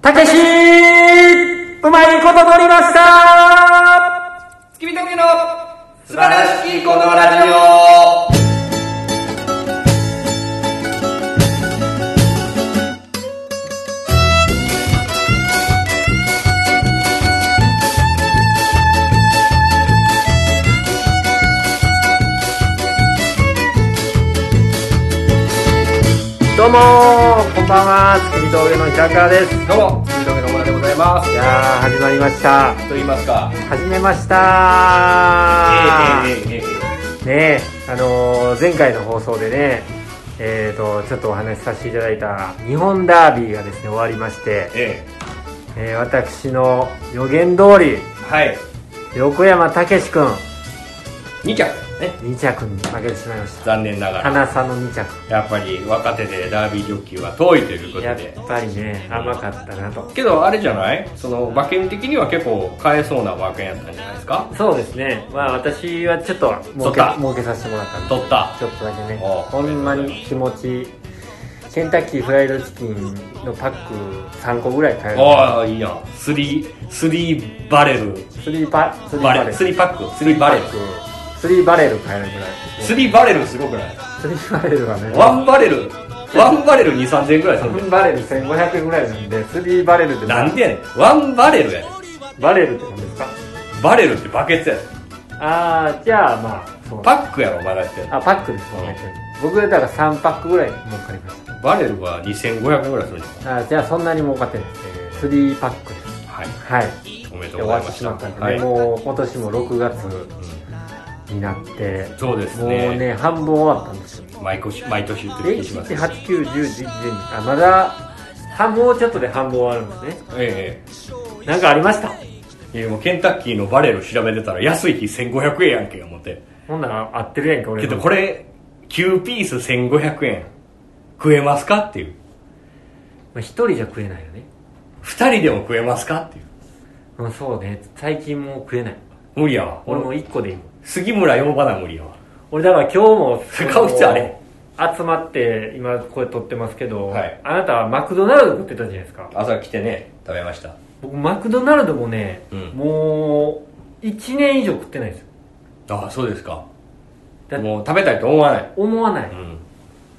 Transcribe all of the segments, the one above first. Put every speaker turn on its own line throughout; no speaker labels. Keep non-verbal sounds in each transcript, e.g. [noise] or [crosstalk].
たけしうまいこと取りました
月見峠の素晴らしいこのラジオ
どうもこんばんは、月見峠の平川です。
どうも月見峠の村でございます
いやー、始まりました。
と言いますか
始めました
ええええええ
ね
え
え、あのー前回の放送でね、えーと、ちょっとお話しさせていただいた日本ダービーがですね、終わりまして、
ええ
えー私の予言通り、
えはい
横山たけし君、
2着ね
2着に負けてしまいました。
残念ながら
花さの2着。
やっぱり若手でダービージョッキーは遠いということ
やっ
で
ぱりね、甘かったなと。
けどあれじゃないその馬券的には結構買えそうな馬券やったんじゃないですか
そうですね。まあ私はちょっと儲
取っ
け
た
儲けさせてもらったんで、
取った
ちょっとだけね。
おう
ほんまに気持ち、ケンタッキーフライドチキンのパック3個ぐらい買える。
ああいいやん3スリーバレル
スリーパ、スリー
バ
バ
レ
レ
ル
ル。
スリーパックスリーバレル
パック。スリーバレル買えるぐらい。
スリーバレルすごくない
スリーバレルはね。
ワンバレルワンバレル2 3 0 0円ぐらいするんだよ
ワンバレル1500円ぐらいなんで、スリーバレルって
なんでやねんワンバレルやねん
バレルって何ですか
バレルってバケツやねん
あー、じゃあまあ、そう。
パックやろまだやってんの
あ、パックですね。僕だから3パックぐらい儲かりました。
バレルは2500円ぐらいするんじゃ
あじゃあそんなに儲かってないです、えー、3パックです
ないはい
はい
おめでと
終
うござ
わっ
いま
て
し
したまったんで、
はい
もう今年も6月になって、
そうです
もう
ね
ね半分終わったんですよ
毎年毎年言って
え
る気します
1 8 9 1 0 1 1 2あまだ半もうちょっとで半分終わるんです
ええ
ねなんかありました
いやもうケンタッキーのバレル調べてたら安い日1500円やんけ思って
ほんなら合ってるやんけ俺
け
の
どこれ9ピース1500円食えますかっていう
まあ一人じゃ食えないよね
2人でも食えますかっていう
うんそうね最近もう食えない
無理やわ
俺も1個でいいもん
杉村洋花無理やわ
俺だから今日も
買う必要あれ
集まって今これ撮ってますけど、
はい
あなたはマクドナルド食ってたじゃないですか
朝来てね食べました
僕マクドナルドもね、
うん
もう1年以上食ってないんですよ
ああそうですか
だ
もう食べたいと思わない、
思わない、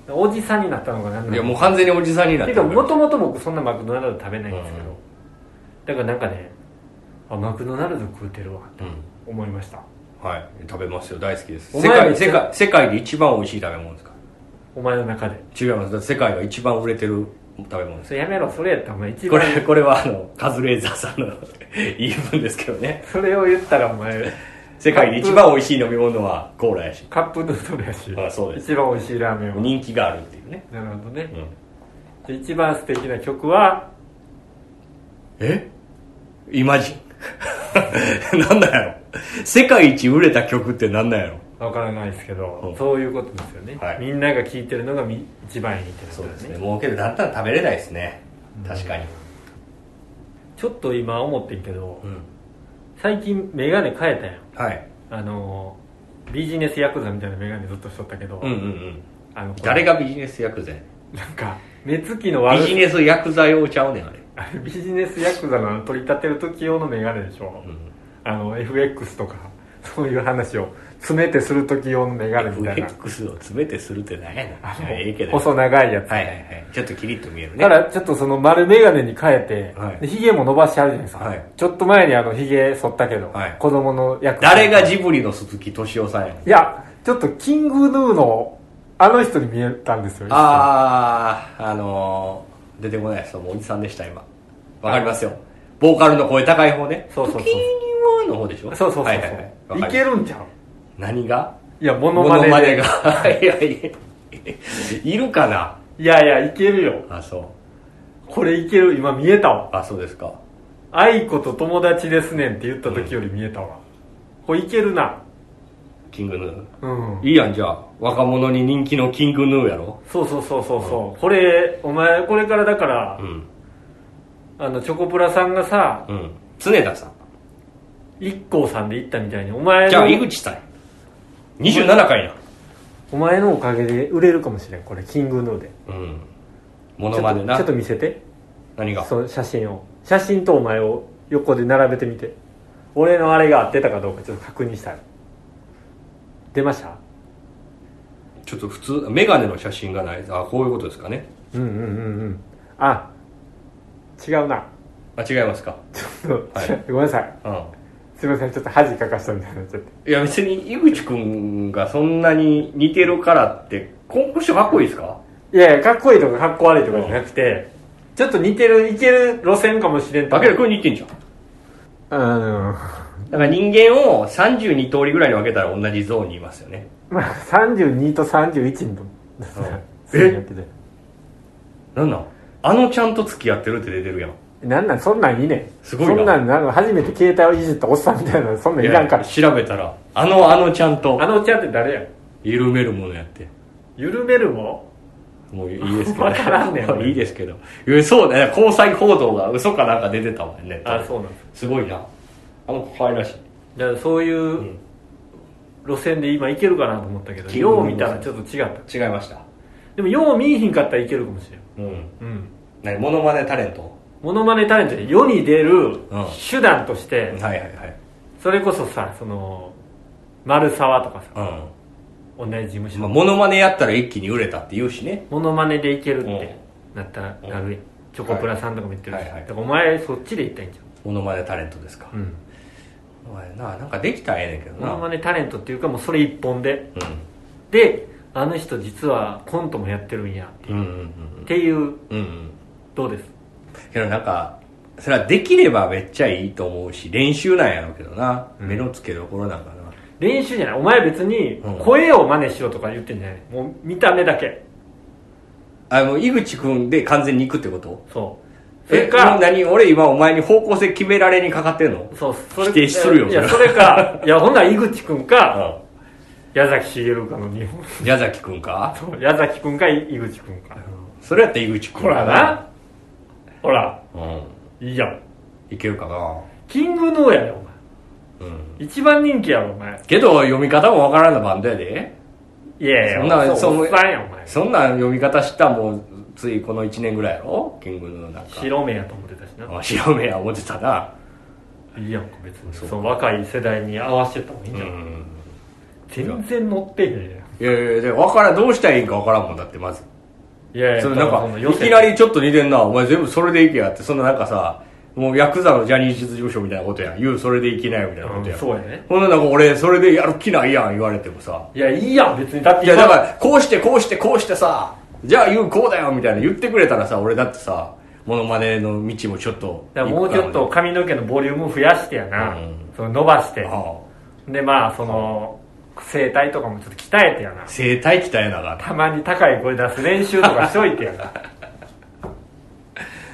う、
おじさんになったのが何なん
い
の
やもう完全におじさんになってて
か
る
もともと僕そんなマクドナルド食べないんですけど、
うん
だからなんかねあマクドナルド食うてるわって
うん
思いました
はい食べますよ大好きです
お
世
前
界
めっちゃ
世界世界で一番美味しい食べ物ですか
お前の中で
違いますだって世界が一番売れてる食べ物です
それやめろそれやったらお前一
こ
番
れこれはあのカズレーザーさんの [laughs] 言い分ですけどね
それを言ったらお前
世界で一番美味しい飲み物はコーラやし
カップヌードルやし
あそうです
一番美味しいラーメンは
人気があるっていうね、
なるほどね
う、ん、
で一番素敵な曲は
えイマジン [laughs] なんだやろ世界一売れた曲ってなんなんやろ
わからないですけど、
うん
そういうことですよね、
はい
みんなが聴いてるのがみ一番いいってことだよね
もうけどだんだん食べれないですね確かに
ちょっと今思ってんけど、
うん
最近メガネ変えたやん
はい
あのービジネスヤクザみたいなメガネずっとしとったけど、
うんうんうん
あの
誰がビジネスヤクザやね
なんか目つきの
ん
悪
ビジ
い
ネスヤクザ用ちゃうねんあれ、
あ [laughs] れビジネスヤクザのあの取り立てる時用のメガネでしょ、
うん、
あの FX とかそういう話を詰めてする時用のメガネみたいな
FX を詰めてするって何やねん
あの
ええけど
細長いやつ、
はいはいはいちょっとキリッと見えるね
だからちょっとその丸眼鏡に変えて、
はい
でヒゲも伸ばしてあるじゃないですか、
はい
ちょっと前にあのヒゲ剃ったけど、
はい
子供の役
誰がジブリの鈴木敏夫さんやねん
いやちょっとキングヌーのあの人に見えたんですよ
あああのー、出てこないですもうおじさんでした今わかりますよボーカルの声高い方ね
そうそうそう
トキーニの方でしょ
そうそうそうそう、
はいいはいはいわか
い
る
けるんじゃん
何が
いやモ
モ
ノマネ
ノ
で
マネが [laughs] いやいやいるかない
やいやいけるよ
あそう
これいける今見えたわ
あそうですか
愛子と友達ですねんって言った時より見えたわ、これいけるな
キングヌー
うん
いいやんじゃあ若者に人気のキングヌーやろ
そうそうそうそうそう、これお前これからだから、
うん
あのチョコプラさんがさ
うん常田さん
一 k さんで行ったみたいにお前の
じゃあ井口さんや27回な
お前のおかげで売れるかもしれんこれキングヌーで
うんモノマネな
ちょっとちょっと見せて
何が
その写真を写真とお前を横で並べてみて俺のあれが合ってたかどうかちょっと確認したい出ました
ちょっと普通メガネの写真がないあこういうことですかね
うんうんうんうんあ違うな
あ違いますか
ちょっと、
はい
[laughs] ごめんなさい
うん
すいませんちょっと恥かかしたみたいになっちゃって
いや別に井口くんがそんなに似てるからってコンクションかっこいいですか
いやいやかっこいいとかかっこ悪いとかじゃなくて、ちょっと似てるいける路線かもしれんと
だけどこれ似てんじゃん
あの
だから人間を32通りぐらいに分けたら同じゾーンにいますよね
まあ32と31の [laughs]
うん
そういうわけで
なんなんあのちゃんと付き合ってるって出てるやん
なんなんそんなんいいねん
すごいな
そんなんなんか初めて携帯をいじったおっさんみたいなのそんなんいらんから
調べたらあのあのちゃんと
あのおっちゃんって誰やん
緩めるものやって
緩めるも
もういいですけど
わからんねん
もういいですけどいやそうだね交際報道が嘘かなんか出てたもんね
あそうなんです
すごいなあの子可愛らしい
だからそういううん路線で今いけるかなと思ったけど、
気分
よ
の
う見たらちょっと違った
違いました
でもよう見えひんかったらいけるかもしれん
うん
うん
何モノマネタレント
モノマネタレントで世に出る
うん
手段として、
はいはいはい
それこそさその丸沢とかさ
うん
同じ事務所、
まあ、モノマネやったら一気に売れたって言うしね。
モノマネでいけるってなったら、なるやんチョコプラさんとかも言ってるし、
はいはい
だからお前そっちで行ったんじ
モノマネタレントですか
ゃん、。うん、
お前な、なんかできたらええねんけど
モ
な。
ノマネタレントっていうかもうそれ一本で
う
であの人実はコントもやってるんや
ん。うん
っていう
うんうん。うんうん。
どうです
けどなんか、それはできればめっちゃいいと思うし、練習なんやろうけどな。
うん
目の付けどころなんかな。
練習じゃないお前別に
うん
声を真似しろとか言ってんじゃないもう見た目だけ
あの、井口くんで完全に行くってこと
そうそれか
え何俺今お前に方向性決められにかかってんの
そうそれ
否定するよ
いや
そ
そ
れ
れかいやほんなら井口くん
う
か矢崎茂かの日本
ん。矢崎くんか
そう矢崎くんか井口くんか
それやったら井口くん
ほらなほら
な。うん。
いいやん
いけるかな。
キングノーやろお前
うん。
一番人気やろお前
けど読み方もわからんなバンドやで
いやいや
そんな
そう
そう
おっさんやお前
そんなん読み方知ったんもうついこの1年ぐらいやろキングのなんか
白目やと思ってたしな
あ白目は思ってたない
いやんか別にその若い世代に合わせてった方がいいんじゃん
ん
全然乗ってへんやん
いやいやいや分からんどうしたらいいんか分からんもんだってまず
いやいや
それなん
そ
か
の寄
い
せ
きなりちょっと似てんなお前全部それでいけやってそんななんかさもうヤクザのジャニーズ事務所みたいなことやん言うそれでいきなよみたいなこと
う
や
ん
ん、
そうやね
ほんならなんか俺それでやる気ないやん言われてもさ
いやいいやん別にだって
いや
今
だからこうしてこうしてこうしてさじゃあ言うこうだよみたいな言ってくれたらさ俺だってさモノマネの道もちょっと
だからもうちょっと髪の毛のボリューム増やしてやな、
うん
その伸ばして
あ
でまあその声帯とかもちょっと鍛えてやな
あ声帯鍛えながら
たまに高い声出す練習とかしといてや
[laughs]
な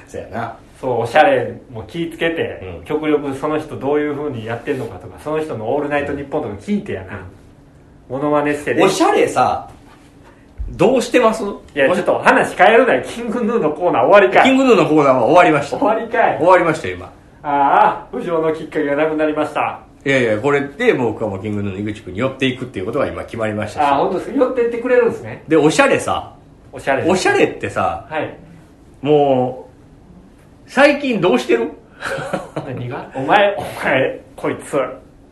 そやな
そうおしゃれも気ぃつけて、
うん
極力その人どういう風にやってんのかとかその人の「オールナイトニッポン」とか聞いてやな、モノマネしてね
おしゃれさどうしてます
いやちょっと話変えるなよキングヌーのコーナー終わりか
キン
い
グヌーのコーナーは終わりました
終わりかい
終わりましたよ今
ああ浮上のきっかけがなくなりました
いやいやこれで僕はもうキングヌーの井口君に寄っていくっていうことが今決まりまし
ああ本
たし
当ですか寄ってってくれるんですね
でおしゃれさ
おしゃれ
おしゃれってさ
はい
もう最近どうしてる
何がお前お前こいつ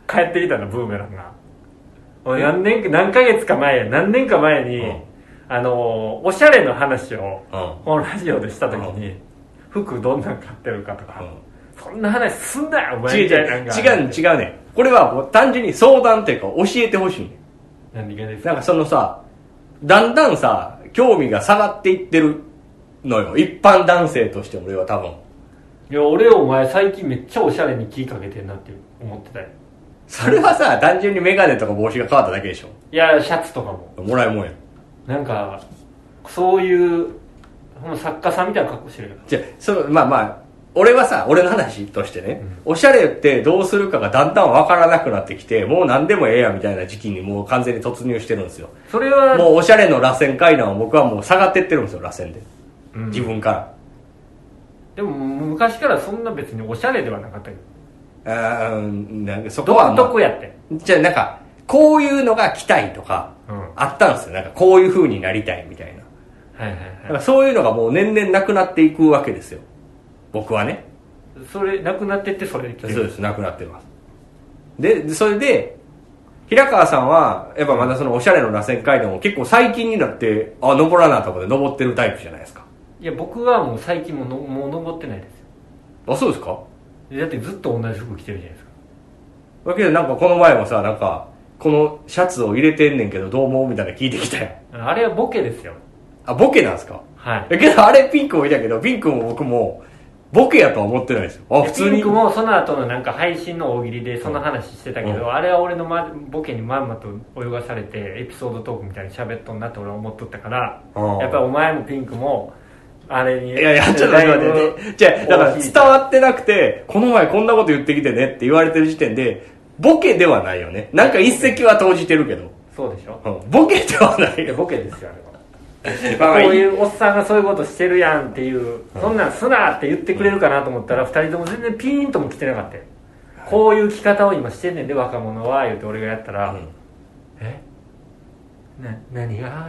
帰ってきたのブーメランが俺何年か何ヶ月か前や何年か前に、
うん
あのーおしゃれの話を
うん
このラジオでした時に、服どんなん買ってるかとか、そんな話すんなよお前
違う
みたいな
違
ん
う
が
違うねん違うねんこれはもう単純に相談というか教えてほしいねん
何がです
な
か
んかそのさだんだんさ興味が下がっていってるのよ一般男性として俺は多分
いや俺お前最近めっちゃおしゃれに気かけてんなって思ってたよ
それはさ単純にメガネとか帽子が変わっただけでし
いやシャツとかも
ょもらいもんや
なんかそういうほんま作家さんみたいな格好してるよ
じゃあそのまあまあ俺はさ俺の話としてね、おしゃれってどうするかがだんだんわからなくなってきてもう何でもええやみたいな時期にもう完全に突入してるんですよ
それは
もうおしゃれの螺旋階段を僕はもう下がってってるんですよ螺旋で、
うん
自分から
でも昔からそんな別におしゃれではなかったけ
あーなんかそこ
ど
は
独
もう
特やって
じゃあなんかこういうのが来たいとか、
うん
あったんですよなんかこういう風になりたいみたいな
はいはい
だ
は
からそういうのがもう年々なくなっていくわけですよ僕はね
それなくなってってそれに来
そ
て
う
る
ですなくなってますでそれで平川さんはやっぱまだそのおしゃれの螺旋階段を結構最近になってあ登らなとかで登ってるタイプじゃないですか
いや僕はもう最近ものもう登ってないです
あそうですか
よだってずっと同じ服着てるじゃないですか
だけどなんかこの前もさなんかこのシャツを入れてんねんけどどう思うみたいなの聞いてきたよ
あれはボケですよ
あボケなんですか
はい
だけどあれピンクもいたけどピンクも僕もボケやとは思ってないですよあ
で
普通
ピン
に
クもその後のなんか配信の大喜利でその話してたけど、
う
あれは俺の、ま、ボケにまんまと泳がされてエピソードトークみたいに喋っとんなって俺は思っとったから
うん
やっぱりお前もピンクもあれに
いやいや、ちょっと待って待って待って。じゃあ、だから伝わってなくて、この前こんなこと言ってきてねって言われてる時点で、ボケではないよね。なんか一石は投じてるけど。
そうでしょ
うんボケではない
いや
よ。
ボケですよあれは
まあまあ
こう
いい
いうおっさんがそういうことしてるやんっていう、そんなんすなって言ってくれるかなと思ったら、二人とも全然ピーンとも来てなかったよ、こういう着方を今してんねんで若者は言うて俺がやったら、
うん
えな何が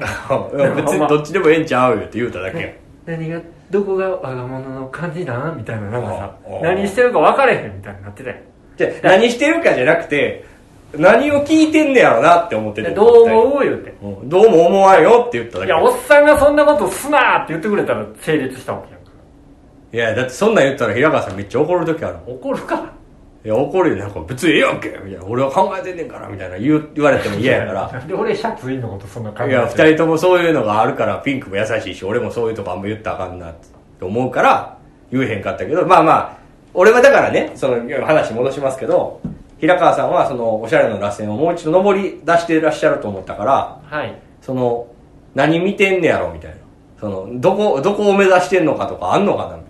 うん別にどっちでもええんちゃうよって言うただけや。
何がどこが若者の感じなんみたいななんかさ
ああ
何してるか分かれへんみたいになってたよ
じゃあ何してるかじゃなくて、何を聞いてんねやろなって思って
で
て。
どう思う言うて
うんどうも思わんよって言っただ
い
け
やおっさんがそんなことすなって言ってくれたら成立したわけやんか
いや、だってそんなん言ったら平川さんめっちゃ怒る時あるもん。
怒るか
いや、怒るよ。なんか別にええやんけみたいな。俺は考えてんねんからみたいな言う言われても嫌やから。
なんで俺シャツインのことそんな感
い
じ
や、二人ともそういうのがあるから、ピンクも優しいし、俺もそういうとこあんま言ったらあかんなって思うから、言えへんかったけど、まあまあ、俺はだからね、その話戻しますけど、平川さんはそのおしゃれの螺旋をもう一度登り出してらっしゃると思ったから、
はい
その、何見てんねやろみたいな。その、どこ、どこを目指してんのかとかあんのかなみたい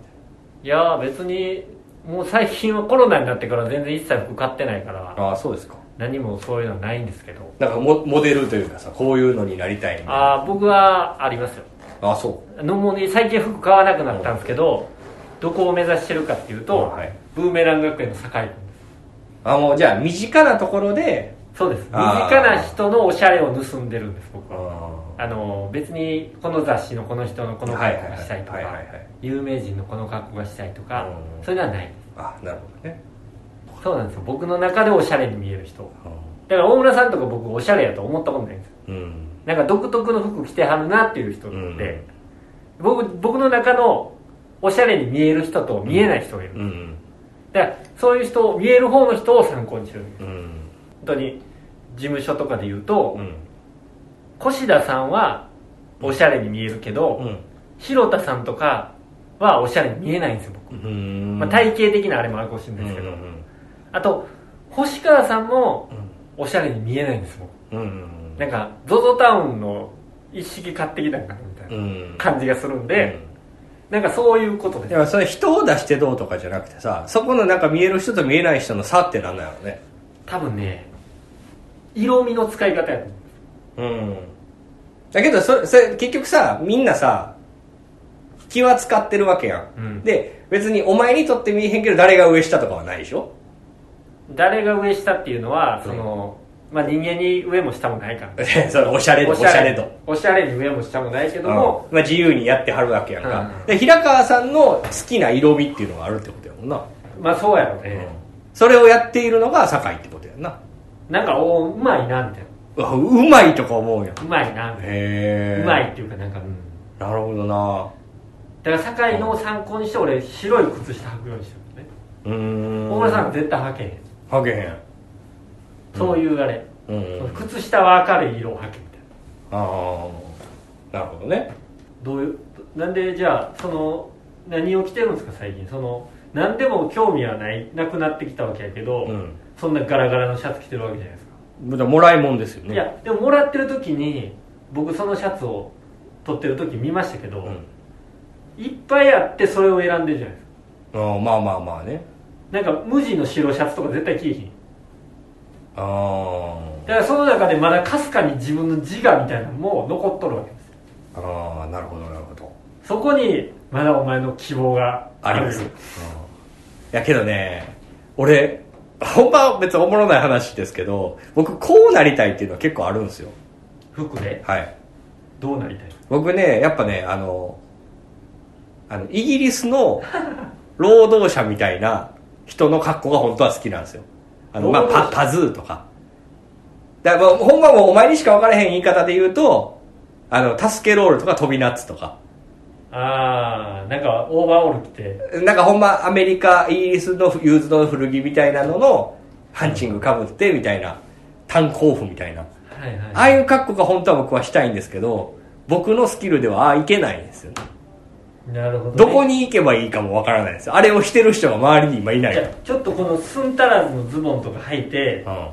いやー別にもう最近はコロナになってから全然一切服買ってないから
な。ああ、そうですか。
何もそういうのはないんですけど
なんかモモデルというかさ、こういうのになりたいみたいな。
ああ僕はありますよ
ああ、そ
のもうね最近服買わなくなったんですけどどこを目指してるかっていうと、
うんはい
ブーメラン学園の酒井君
う。あもうじゃあ、身近なところで、
そうです身
あー
近な人のおしゃれを盗んでるんです僕
う
は
ん
あの別にこの雑誌のこの人のこの
はい
格好
はいはい
がしたいと
はいは
か
いはい
有名人のこの格好がしたいとか
うん
そういうのはない
あ、なるほどね。
そうなんですよ僕の中でおしゃれに見える人
うん
だから大村さんとか僕おしゃれやと思ったことないんですよ
うん
なんか独特の服着てはるなっていう人って、
うん
僕僕の中のおしゃれに見える人と見えない人がいる、
うん
だからそういう人見える方の人を参考にしてるんです
うん
本当に事務所とかで言うと、
うん
越田さんはおしゃれに見えるけど、
うん
広田さんとかはおしゃれに見えないんですよ僕、
うん
まあ、体型的なあれもあるかもしれないですけど、あと星川さんもおしゃれに見えないんです僕
うんうん
なんか ZOZO タウンの一式買ってきたんかなみたいな、
うん
感じがするんで、なんかそういうことです
でもそれ人を出してどうとかじゃなくてさそこのなんか見える人と見えない人の差ってなんなんやろね
多分ね色味の使い方やと思
うんだけどそれそれ結局さみんなさ気は使ってるわけやん、
うん
で別にお前にとって見えへんけど誰が上下とかはないでしょ
う誰が上下っていうのは
ん
その、まあ、人間に上も下もないから
それおしゃれおしゃれと
おしゃれに上も下もないけども、
まあ、自由にやってはるわけやんか、
うん
で平川さんの好きな色味っていうのがあるってことやもんな、
まあそうやろ
うん
ね、
それをやっているのが酒井ってことやんな
なんかおうまいなみたいう
わうまいとか思うやんへ
なうまいなみたい
え
なうまいっていうかなんか、うん
なるほどな
だから堺のを参考にして俺白い靴下履くようにしてるね
うーん
大村さん絶対履けへん
はけへ
そういうあれ、
んうんうん
靴下は明るい色を履けみたいな
ああなるほどね
どういうなんでじゃあその何を着てるんですか最近その何でも興味はないなくなってきたわけやけど、
うん
そんなガラガラのシャツ着てるわけじゃないですか、
だからもらいもんですよね
いやでももらってる時に僕そのシャツを取ってる時見ましたけど、
うん
いっぱいあってそれを選んでるじゃないですか
あーまあまあまあね
なんか無地の白シャツとか絶対着いひん
あー
だからその中でまだかすかに自分の自我みたいなのも残っとるわけですよ
あーなるほどなるほど
そこにまだお前の希望が
あります。
る
いやけどね、俺、ほんま別におもろない話ですけど、僕こうなりたいっていうのは結構あるんですよ。
服で
はい。
どうなりたい
僕ね、やっぱね、あの、あの、イギリスの労働者みたいな人の格好が本当は好きなんですよあの、まあ、
労働
パ
者
パズーとかだからもうほんまもうお前にしか分からへん言い方で言うとあの助けロールとか飛びナッツとか
ああなんかオーバーオール着て
なんかほんまアメリカイギリスのユーズドの古着みたいなののハンチングかぶってみたいな炭鉱夫みたいな
はいはい
ああいう格好が本当は僕はしたいんですけど僕のスキルではああいけないんですよね
なるほど、ね、
どこに行けばいいかもわからないですよあれをしてる人が周りに今いない
じ
か
ゃあちょっとこのスンタラズのズボンとか履いて
ら、うん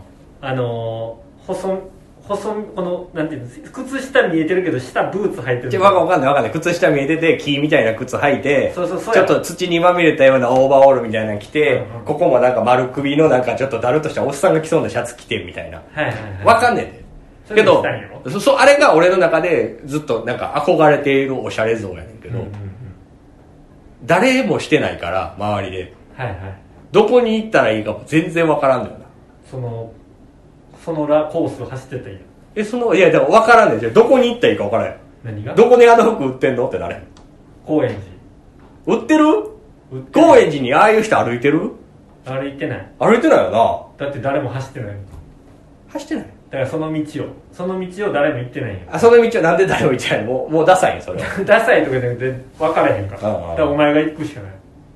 あのー、細細このなんていうの靴下見えてるけど下ブーツ履いて
ち
る
ょわかわかんないわかんない靴下見えてて木みたいな靴履いて
そうそうそう
ちょ
や
っと土にまみれたようなオーバーオールみたいなの着て、
うんうん
ここもなんか丸首のなんかちょっとだるっとしたおっさんが着そうなシャツ着てみたいな
はいはいはい
わかんねえ
そ
で
れ
け
が
ど
したいよ
そそうあれが俺の中でずっとなんか憧れているおしゃれ像やねんけど、
うんうんうん
誰もしてないから周りで
はいはい
どこに行ったらいいかも全然わからんのよな
そのそのラコースを走ってたんや
えそのいやでもわからんねんじゃあどこに行ったらいいかわからんよ
何が
どこであの服売ってんのってなれへん
高円
売って
寺
る
売ってない
高円寺にああいう人歩いてる
歩いてない
歩いてないよ
だって誰も走ってないもんだ
な走ってない
からその道をその道を誰も行ってないんや [laughs]
あその道はなんで誰も行ってないのもうもうダサいよそれは
ダサいとかじゃなくて分からへんから
ああああ
だからお前が行くしかない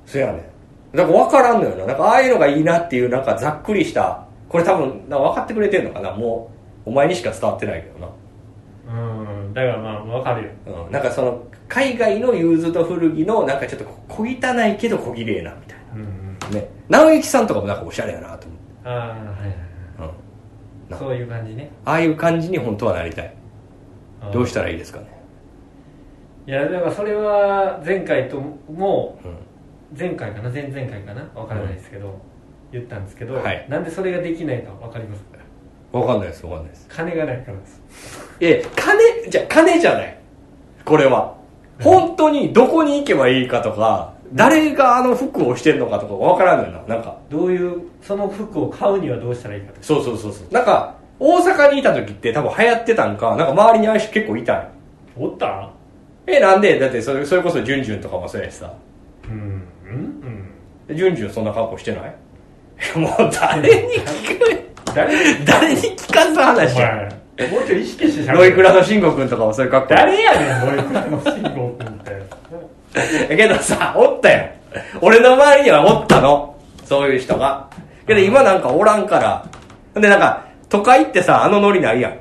そやねんだから分からんのよななんかああいうのがいいなっていうなんかざっくりしたこれ多分なんか分かってくれてんのかなもうお前にしか伝わってないけど
うんだからまあ分かるよ
な、うん、なんかその海外のユーズと古着のなんかちょっと小汚いけど小綺麗なみたい
うんうん
なね直行さんとかもなんかおしゃれやなと思って、
ああはいはいはい
うん、な
そういう感じね
ああいう感じに本当はなりたいどうしたたらいいですかね
いやだからそれは前回とも
うん
前回かな前々回かな分からないですけど、言ったんですけど、
はい
なんでそれができないか分かりますか
分かんないです分かんないです
金がないからです
え金じゃ金じゃないこれは本当にどこに行けばいいかとか、誰があの服をしてるのかとかわからんのよななんか
どういうその服を買うにはどうしたらいいかとか
そうそうそうそうなんか大阪にいた時って多分流行ってたんかなんか周りにああいう人結構いたんよ
おった
えなんでだってそれそれこそジュンジュンとかもそうやしさ
うんうんうん
ジュンジュンそんな格好してない [laughs] もう誰に聞く
誰
誰に聞かす話
お
やん
前もうちょい意識してしゃ
ロ
べ
イクラの慎吾君とかもそういう格好
誰やねんロイクラの信号君みたいな
やけどさ、おったよ。俺の周りにはおったの。そういう人が。けど今なんかおらんから。ほんでなんか、都会ってさ、あのノリないやん。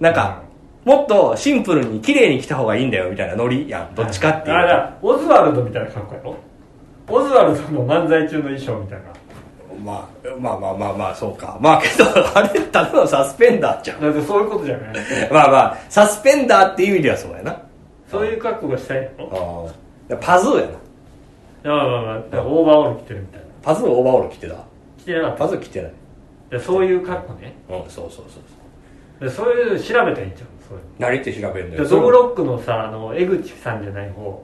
なんか、もっとシンプルに綺麗に来た方がいいんだよみたいなノリやん。どっちかってい
あだ
う
らオズワルドみたいな格好やろオズワルドの漫才中の衣装みたいな
と。まあ、まあまあまあまあ、そうか。まあけど、あれ、ただのサスペンダーじゃん。
だってそういうことじゃない
[laughs] まあまあ、サスペンダーっていう意味ではそうやな。
そういう格好がしたいの
あーパズーやな。
まあまあまあだからオーバーオール着てるみたいな
パズーオーバーオール着てた。
着てなかった
パズー着てない。
でそういう格好ね
うん、そうそうそう。
でそういうの調べたらいいんちゃうそういう
何って調べるんだ
の
よ。
でドブロックのさあの江口さんじゃない方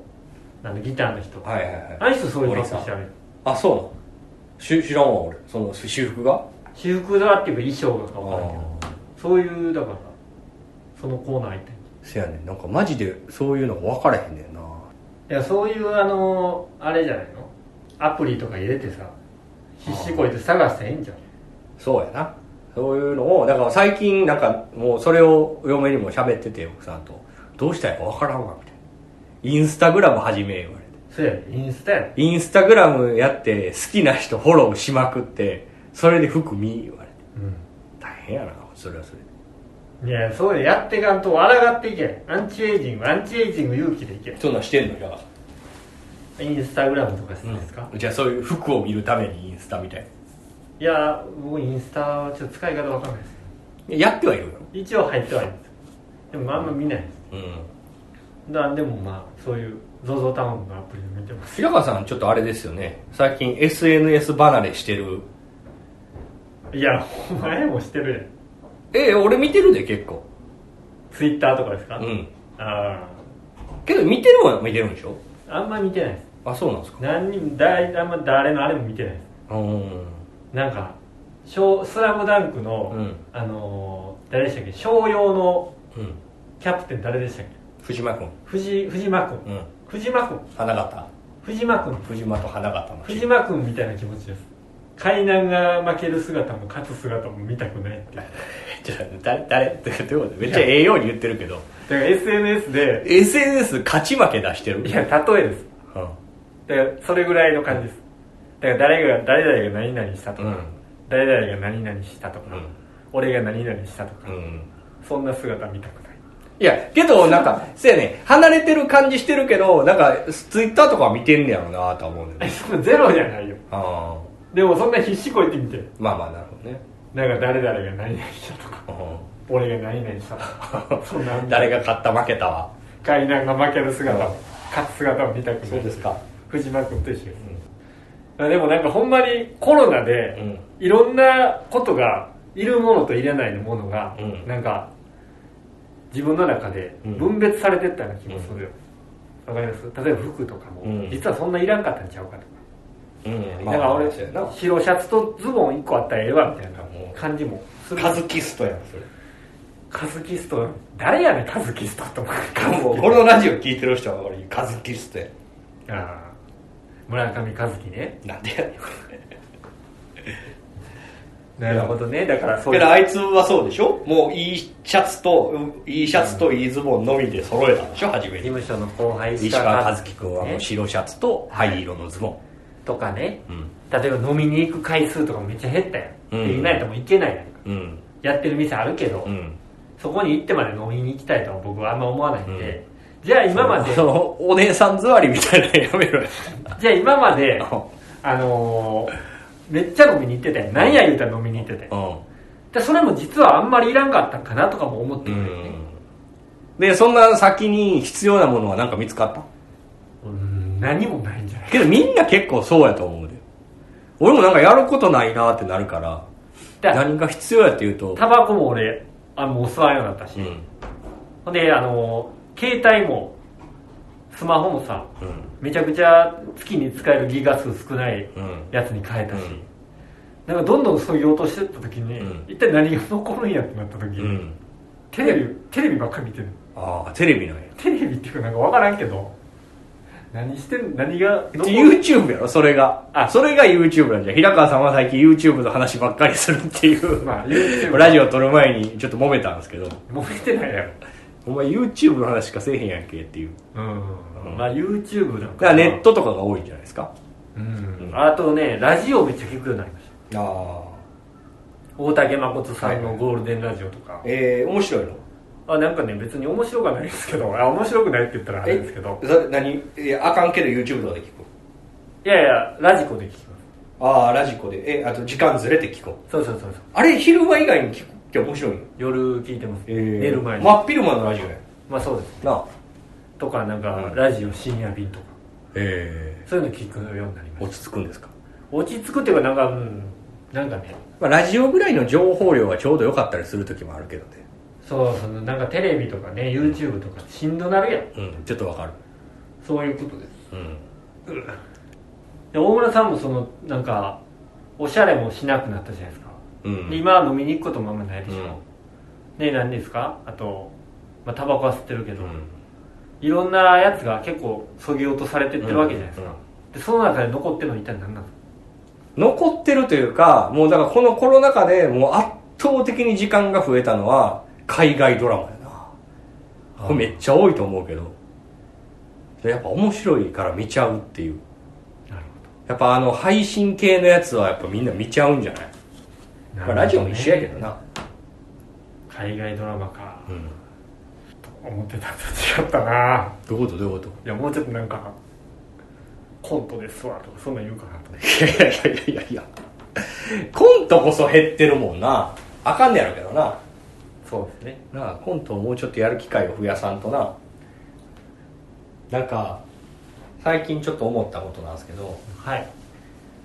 あのギターの人
はいはいはい。
あの人そういう格好してある
あそうなのし知らんわ俺その私服が
私服だっていうか衣装がか分からんけどそういうだからそのコーナー行って
せやねんなんかマジでそういうのが分からへんねんない
やそういうあのあれじゃないのアプリとか入れてさ必死こいて探していいんじゃん
そうやなそういうのをだから最近なんかもうそれを嫁にも喋ってて奥さんとどうしたらいいか分からんわみたいなインスタグラム始め言われて
そうやねインスタやね
インスタグラムやって好きな人フォローしまくってそれで服見言われて大変やなそれはそれで
うんいやそういうのやっていかんと抗っていけアンチエイジングアンチエイジング勇気でいけ
そんなんしてんのじゃあ
インスタグラムとかしてですか、
じゃあそういう服を見るためにインスタみたいない
やもうインスタはちょっと使い方わかんないです
やってはいるよ
一応入ってはいるんですでもあんま見ないです
うん
だでもまあそういう ZOZO タウンのアプリを見てます
平川さんちょっとあれですよね最近 SNS 離れしてる
いやお前もしてる
ええ俺見てるで結構
やん Twitter とかですか、
うん
あ
けど見てるは見てるんでしょ
ああんま見てないです
あそうなんですか
何にもだいあんま誰のあれも見てないです
うん
なんか「ショースラムダンクの、
うん
あのー誰でしたっけ商用の
うん
キャプテン誰でしたっけ
藤間君
藤藤間君、
うん
藤間君
花形
藤間君
藤間と花形の
藤間君みたいな気持ちです海南が負ける姿も勝つ姿も見たくないっていうだか
[laughs] ちょっと誰誰ってどういうことめっちゃええように言ってるけど
ら SNS で
SNS 勝ち負け出してる
いや例えです
うん
だからそれぐらいの感じですだから誰が誰々が何々したとか、
うん
誰々が何々したとか、
うん
俺が何々したとか、
うん
そんな姿見たくない
いやけどなんかせやね離れてる感じしてるけどなんかツイッターとかは見てんねやろうなとは思うねん
えそんなゼロじゃないよ
あ
でもそんな必死こいてみて
あまあまあなるほどね
なんか誰々が何々したとか俺が何々したとか [laughs] そんなん
[laughs] 誰が勝った負けたは
海南が負ける姿を勝つ姿を見たくない
か
藤間君と一緒です、あでもなんかほんまにコロナで、いろんなことがいるものといらないものが、
うん
なんか自分の中で
うん
分別されてったような気もするよわ、かります例えば服とかも、
うん
実はそんないらんかったんちゃうかとか、
うん
だから俺
そうやな
白シャツとズボン1個あったらええわみたいな
うん
感じもする
カズキストやんそれ
カズキスト誰やねんカズキストと思うカズキ
このラジオ聞いてる人は俺カズキストや
あー村上和樹ね
なんでやねん
なるほどねだからそうい
け
う
どあいつはそうでしょもういいシャツとうんいいシャツといいズボンのみで揃えたんでしょ初
事
め
務
に
所の後輩
石川和樹
君
君はもう白シャツと灰色のズボン
とかね
うん
例えば飲みに行く回数とかもめっちゃ減ったやん、
うん
でいないとも行けないやんか
うん
やってる店あるけど、
うん
そこに行ってまで飲みに行きたいとは僕はあんま思わないんで、じゃあ今まで
そのお姉さん座りみたいなのやめろよ
じゃあ今ま [laughs] であのーめっちゃ飲みに行ってたやんなんや言うたら飲みに行ってたやんでそれも実はあんまりいらんかったんかなとかも思って
う
くるよね
んでそんな先に必要なものは何か見つかった
うん何もないんじゃない
けどみんな結構そうやと思うで俺もなんかやることないなってなるから
だから
何が必要やっていうと
タバコも俺あもう吸わんようになったし、
うん
ほんであのー携帯もスマホもさ
うん
めちゃくちゃ月に使えるギガ数少ない
うん
やつに変えたし、
うん
なんかどんどんそういう落としてった時に、
うん
一体何が残るんやってなった時に、
うん
テレビテレビばっかり見てる
ああテレビなんや
テレビっていうかなんか分からんけど何してん何が残る
YouTube やろそれが
あ
それが YouTube なんじゃ平川さんは最近 YouTube の話ばっかりするっていう、 [laughs]
まあ YouTube
ラジオ撮る前にちょっと揉めたんですけど
もう見てないやろ
お前 YouTube の話しかせえへんやんけっていう
うん、
うん
まあ YouTube なん
だ
か
か
な
らネットとかが多いんじゃないですか
うん、あとねラジオめっちゃ聞くようになりました
ああ
大竹誠さんのゴールデンラジオとか、
ええ面白いの
あなんかね別に面白くはないですけどあ面白くないって言ったらあれですけど
それ何いやあかんけど YouTube とかで聞こ
いやいやラジコで聞きます
うああラジコでえあと時間ずれて聞こう
そうそうそうそう
あれ昼間以外に聞くって面白いの
夜聞いてます、
え
寝る前に、
真っ昼間のラジオや
まあそうです
なあ
とかなんか、
うん
ラジオ深夜便とか
え
そういうの聞くようになりまし
落ち着くんですか
た落ち着くっていうかなんかうんなんかね
まあ、ラジオぐらいの情報量がちょうど良かったりする時もあるけどね
そうそのなんかテレビとかね YouTube とかしんどなるやん
うんちょっとわかる
そういうことです
うん
で大村さんもそのなんかおしゃれもしなくなったじゃないですか、
うん
で今は飲みに行くこともあんまないでし
う
ょ、で何ですかあとまあタバコは吸ってるけど、いろんなやつが結構そぎ落とされてってるわけじゃないですか、
うんうん
でその中で残ってるのは一体何なんですか
残ってるというかもうだからこのコロナ禍でもう圧倒的に時間が増えたのは海外ドラマやなこれめっちゃ多いと思うけどでやっぱ面白いから見ちゃうっていう
なる
やっぱあの配信系のやつはやっぱみんな見ちゃうんじゃない、
ほ
まあ、ラジオも一緒やけどな、
海外ドラマか
うん、
と思ってたのと違ったな
どういうことどういうこ
いやもうちょっとなんかコントですわとかそんなん言うかなと思って
といやいやいやいやコントこそ減ってるもんなあかんねやろうけどな
そうですね
なあコントをもうちょっとやる機会を増やさんとななんか最近ちょっと思ったことなんですけど
はい、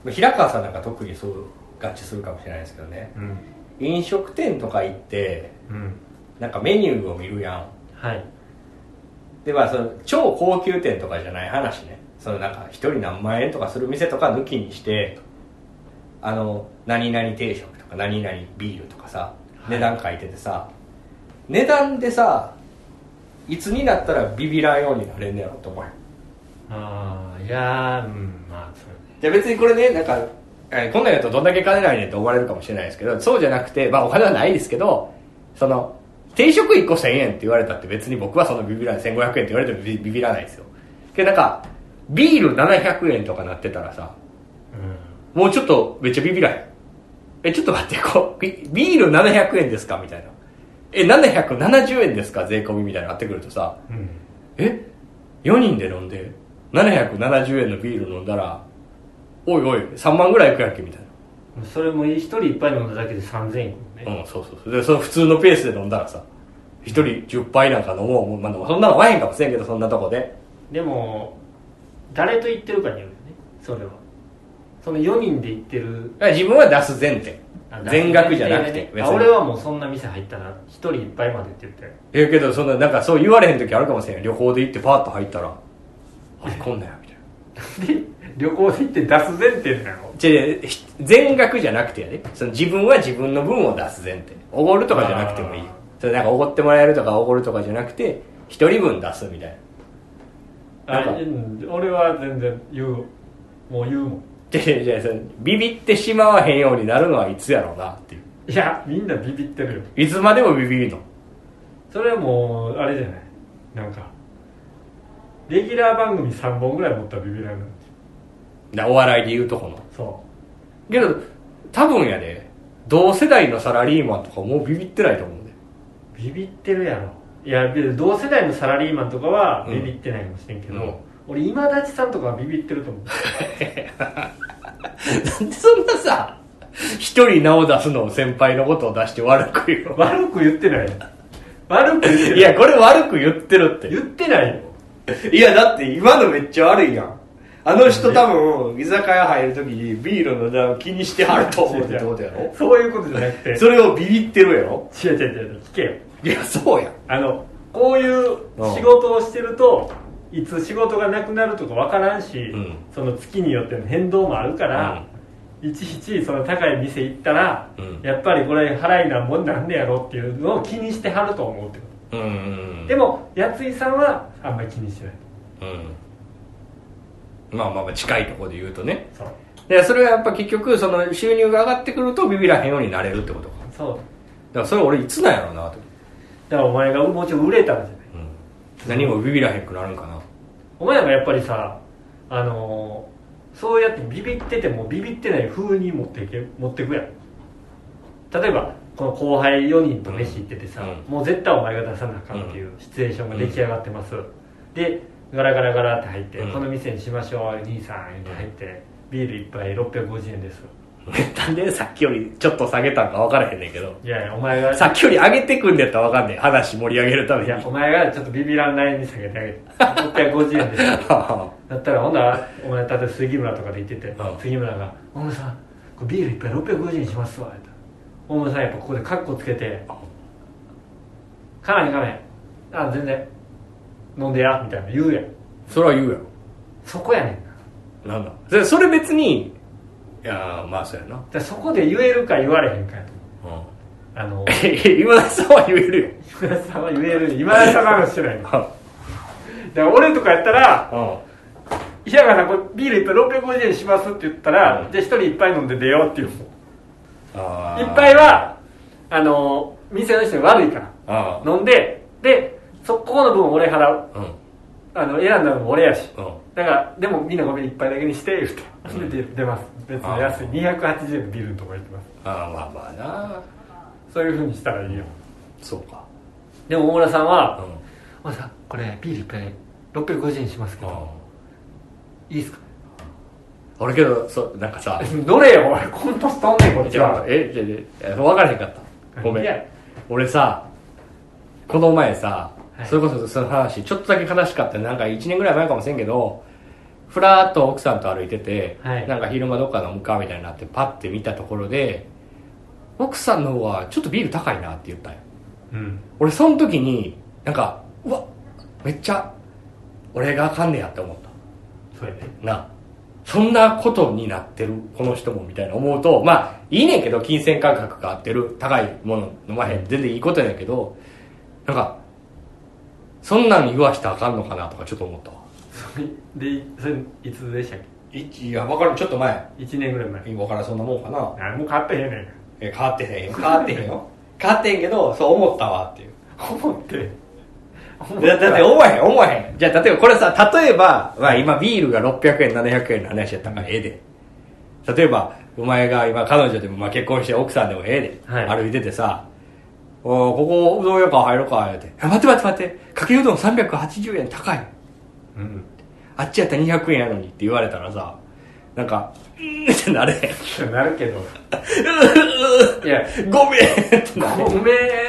平川さんなんか特にそう合致するかもしれないですけどね
うん
飲食店とか行って
うん、
なんかメニューを見るやん
はい
でまあその超高級店とかじゃない話ねそのなんか一人何万円とかする店とか抜きにしてあの何々定食とか何々ビールとかさ
はい
値段書いててさ、値段でさいつになったらビビらんようになれんねやろと思うよ
ああいやーうんまあそうね
じゃあ別にこれねなんか、えーこんなんやとどんだけ金ないねんって思われるかもしれないですけどそうじゃなくてまあお金はないですけどその定食1個1000円って言われたって別に僕はそのビビらない1500円って言われてもビビビらないですよけどなんかビール700円とかなってたらさもうちょっとめっちゃビビらへんえちょっと待ってこうビビール700円ですかみたいなえ770円ですか税込みみたいなのなってくるとさ
うん、うん
え4人で飲んで770円のビール飲んだらおいおい3万ぐらいいくやんけみたい
それも一人一杯飲んだだけで3000円いくもんね、
なうんそうそうそうでその普通のペースで飲んだらさ1人10杯なんか飲もうもう、まあ、でもそんなのワインかもしれんけどそんなとこで
でも誰と行ってるかによるよねそれはその4人で行ってる
だから自分は出す前提
あ
全額じゃなくて
あ俺はもうそんな店入ったら1人いっぱいまでって言って
えけどそんななんかそう言われへん時あるかもしれんよ旅行で行ってパーッと入ったら「あれこんなんや」みたいな
で [laughs] 旅行行って出す前提なの
違う違うひ全額じゃなくてやでその自分は自分の分を出す前提おごるとかじゃなくてもいい
あー
それなんかおごってもらえるとかおごるとかじゃなくて一人分出すみたいななんか
あうん俺は全然言うもう言うもん
違う違う違うそのビビってしまわへんようになるのはいつやろうなっていう
いやみんなビビってるよ
いつまでもビビるの
それはもうあれじゃないなんかレギュラー番組3本ぐらい持ったらビビらない
なお笑いで言うとこの
そ
けど多分やで同世代のサラリーマンとかもうビビってないと思うね
うビビってるやろいや別に同世代のサラリーマンとかはビビってないかもしれんけど、
うん
俺今立さんとかはビビってると思う
なんでそんなさ一人名を出すのを先輩のことを出して悪く言うの
悪く言ってないよ悪く言ってない
いやこれ悪く言ってるって
言ってないよ
[laughs] いやだって今のめっちゃ悪いやんあの人多分居酒屋入る時にビールの値段気にしてはると思うってことや [laughs] ろ
そういうことじゃなくて
それをビビってるやろ
違う違う違う聞けよ
いやそうやん
あのこういう仕事をしてるといつ仕事がなくなるとか分からんし、
ん
その月によっての変動もあるから、いちいちその高い店行ったら、
うん
やっぱりこれ払いなんもんなんでやろっていうのを気にしてはると思うってこ
うん
とでもやついさんはあんまり気にしてない
うんまあまあまあ近いところで言うとね
そう
でそれはやっぱ結局その収入が上がってくるとビビらへんようになれるってことかだ
そう
からそれ俺いつなんやろうなと、
だからお前がもうちょい売れたんじゃない
うん、何もビビらへんくなるんかな
お前がやっぱりさあのーそうやってビビっててもビビってない風に持っていけ持ってくやん例えばこの後輩4人と飯行っててさ、
う
もう絶対お前が出さなあかんっていうシチュエーションが出来上がってます、でガラガラガラって入って、
うん
この店にしましょう兄さんって入ってビール一杯650円です
[laughs] なんでさっきよりちょっと下げたんか分からへんねんけど
いやいやお前が
さっきより上げてくんでやったら分かんねえ話盛り上げるため
い
に
やお前がちょっとビビらんないに下げてあげて650円ですだったらほんならお前例えば杉村とかで言ってて、
うん
杉村が「大村さんこれビール一杯650円しますわ」言ったら大村さんやっぱここでカッコつけて「かなりかめんあ全然飲んでや」みたいな言うやん
[laughs] それは言うや
そこやねんなだか
ろなんだでそれ別にいやーまあそうやな、
らそこで言えるか言われへんかやと思う
うん、
あ
[laughs]
の
今田さんは言えるよ
今田さんは言える今田さんの話してないのだか
あ
ら俺とかやったら
あ
「石原さんこれビール一杯650円します」って言ったら「
うん
じゃあ一人一杯飲んで出よう」って言うもん
あ
一杯はあの店の人に悪いから
あ
飲んででそこの分俺払う
あうん
あの選んだのも俺やし
うん
だからでもみんなごめん一杯だけにして言ってで出出ます別に安い
あ
280円のビールのとこ行きます
ああまあまあな
そういうふうにしたらいいよ
そうか
でも大村さん
う
は
ん
「大村さんこれビール一杯650円しますけ
うん
どいいっすか?
俺けどそうなん
[laughs]
かさ」
どれよお前コントストんねんこっち
じゃあ
は
えじゃあじゃあ分からへんかったごめ
いや
ん俺さこの前さ、
はい
それこそその話ちょっとだけ悲しかったなんか1年ぐらい前かもしれんけどふらーっと奥さんと歩いてて、
はい
なんか昼間どっか飲むかみたいになってパッて見たところで奥さんの方はちょっとビール高いなって言ったんよ
うん
俺その時になんかうわめっちゃ俺があかんねやって思った
そうやね
なそんなことになってるこの人もみたいな思うとまあいいねんけど金銭感覚が合ってる高いもの飲まへん全然いいことやねんけどなんかそんなん言わしたらあかんのかなとかちょっと思ったわ
それでそれいつでしたっ
いや、わかる、ちょっと前。
け1年ぐらい前
今からんそんなもんかな。
何も買ってへんねん
え、変わってへんよ。変わってへんよ。変わってへんけど、そう思ったわっていう。
思って
だだって思わへん思わへんじゃあ例えばこれさ例えば、まあ、今ビールが600円700円の話やったからええで例えばお前が今彼女でもまあ結婚して奥さんでもええで、
はい
歩いててさ「おーここうどん屋か入ろうか」言うてあ「待って待って待ってかけうどん380円高い
うん
あっちやったら200円やのに」って言われたらさなんか「うーん」ってなれへん [laughs]
なるけど
「
いや
ごめん」ってなれへん
ご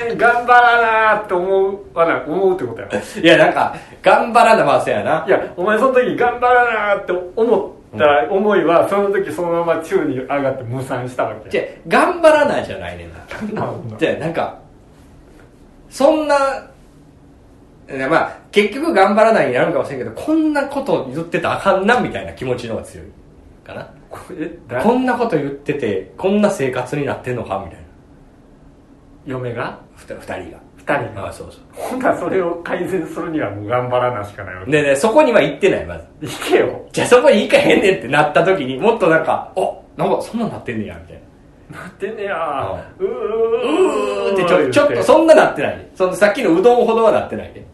めん頑張らなって思うわな思うってことやろ
いやなんか頑張らなまあせやない
やお前その時頑張らなって思った思いは、その時そのまま宙に上がって無賛したわけ
じゃあ頑張らなじゃないねんな
なんだろうな
じゃあなんかそんないやまあ結局頑張らないになるんかもしれんけどこんなこと言ってたらあかんなみたいな気持ちの方が強いかな
こえだ
こんなこと言っててこんな生活になってんのかみたいな
嫁が
ふた二人が
二人
あ
が
あそうそ
ほんならそれを改善するにはもう頑張らなしかないわ
う
け
でねそこには行ってないまず
いけよ
じゃあそこに行かへんねんってなった時にもっとなんかおなんかそんなんなってんねやみたいな
なってんねやうー
うーってち
言
ょちょっとそんななってないねそのさっきのうどんほどはなってないね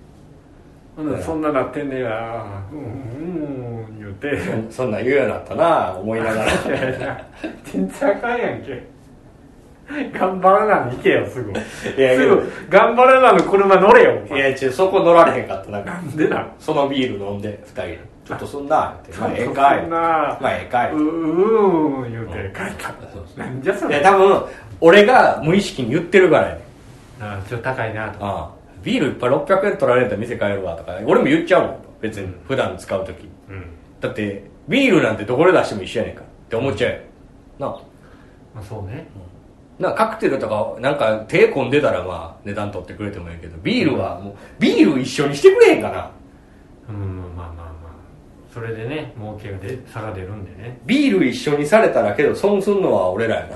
ほんならそんななってんねやうんうん言うて
そんそんなん言うようになったな思
[laughs]
いな [laughs] がら
いやいや全然あかんやんけ頑張らなに行けよすぐ
いや
すぐ頑張らなの車乗れよお
い
前
やちょそこ乗られへんかったなんか
でな
そのビール飲んで二人でちょっとそんな言うてまあええ
そん
か
ない
まあええかいう
ーん言うて帰った
そうそう
なんじゃそ
いや
れ
多分俺が無意識に言ってるからやねん
あちょっと高いなと
ああビールいっぱい600円取られたら店帰るわとか俺も言っちゃうもん別に普段使う時
うん
だってビールなんてどこで出しても一緒やねんかって思っちゃうよなあ
まあそうね
なあカクテルとかなんか手込んでたらまあ値段取ってくれてもいいけどビールはもうビール一緒にしてくれへんかな
うんまあまあまあそれでね儲けがで差が出るんでね
ビール一緒にされたらけど損すんのは俺らやな
うん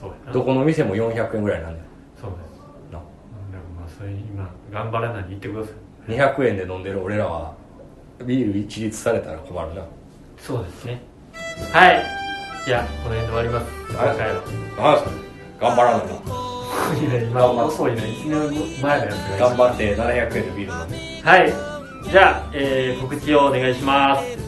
そうやな
どこの店も400円ぐらいなんだよ
そうですでも
な
まあそれ今頑張らないに言ってください
200円で飲んでる俺らはビール一律されたら困るな
そうですねはいじゃあこの辺で終わります
はい
今回は
何すか頑張らないない
や今遅いな1年前のやつが
頑張って700円でビール飲んで
はいじゃあ、えー告知をお願いします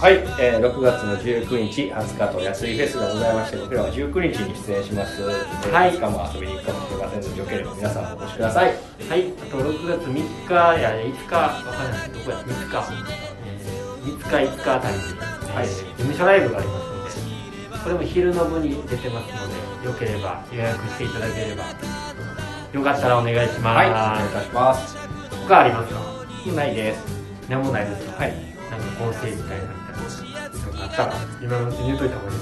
はい、えー6月の19日20日と安いフェスがございまして僕らは19日に出演します、えー
はい
20日も遊びに行くかもしれませんのでよければ皆さんお越しください
はいあと6月3日いや5日わかんないどこや3日、えー、3日5日あたりに、
はい
えー事務所ライブがありますのでこれも昼の部に出てますのでよければ予約していただければよかったらお願いします、
はいお願いいたします
他ありますか
ないです
何もないですか
はい
なんか合成みたいなのとかあったら今のうちに言うといた方が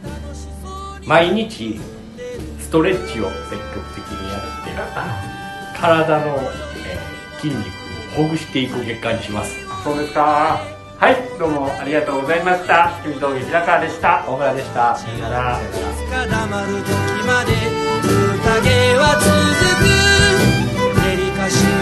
いいです
毎日ストレッチを積極的にやって
あ
体の、えー筋肉をほぐしていく月間にします
そうですかはいどうもありがとうございました君峠平川でした
大村でした
さよなら
さよなら
固まる時まで宴は続くデリカシー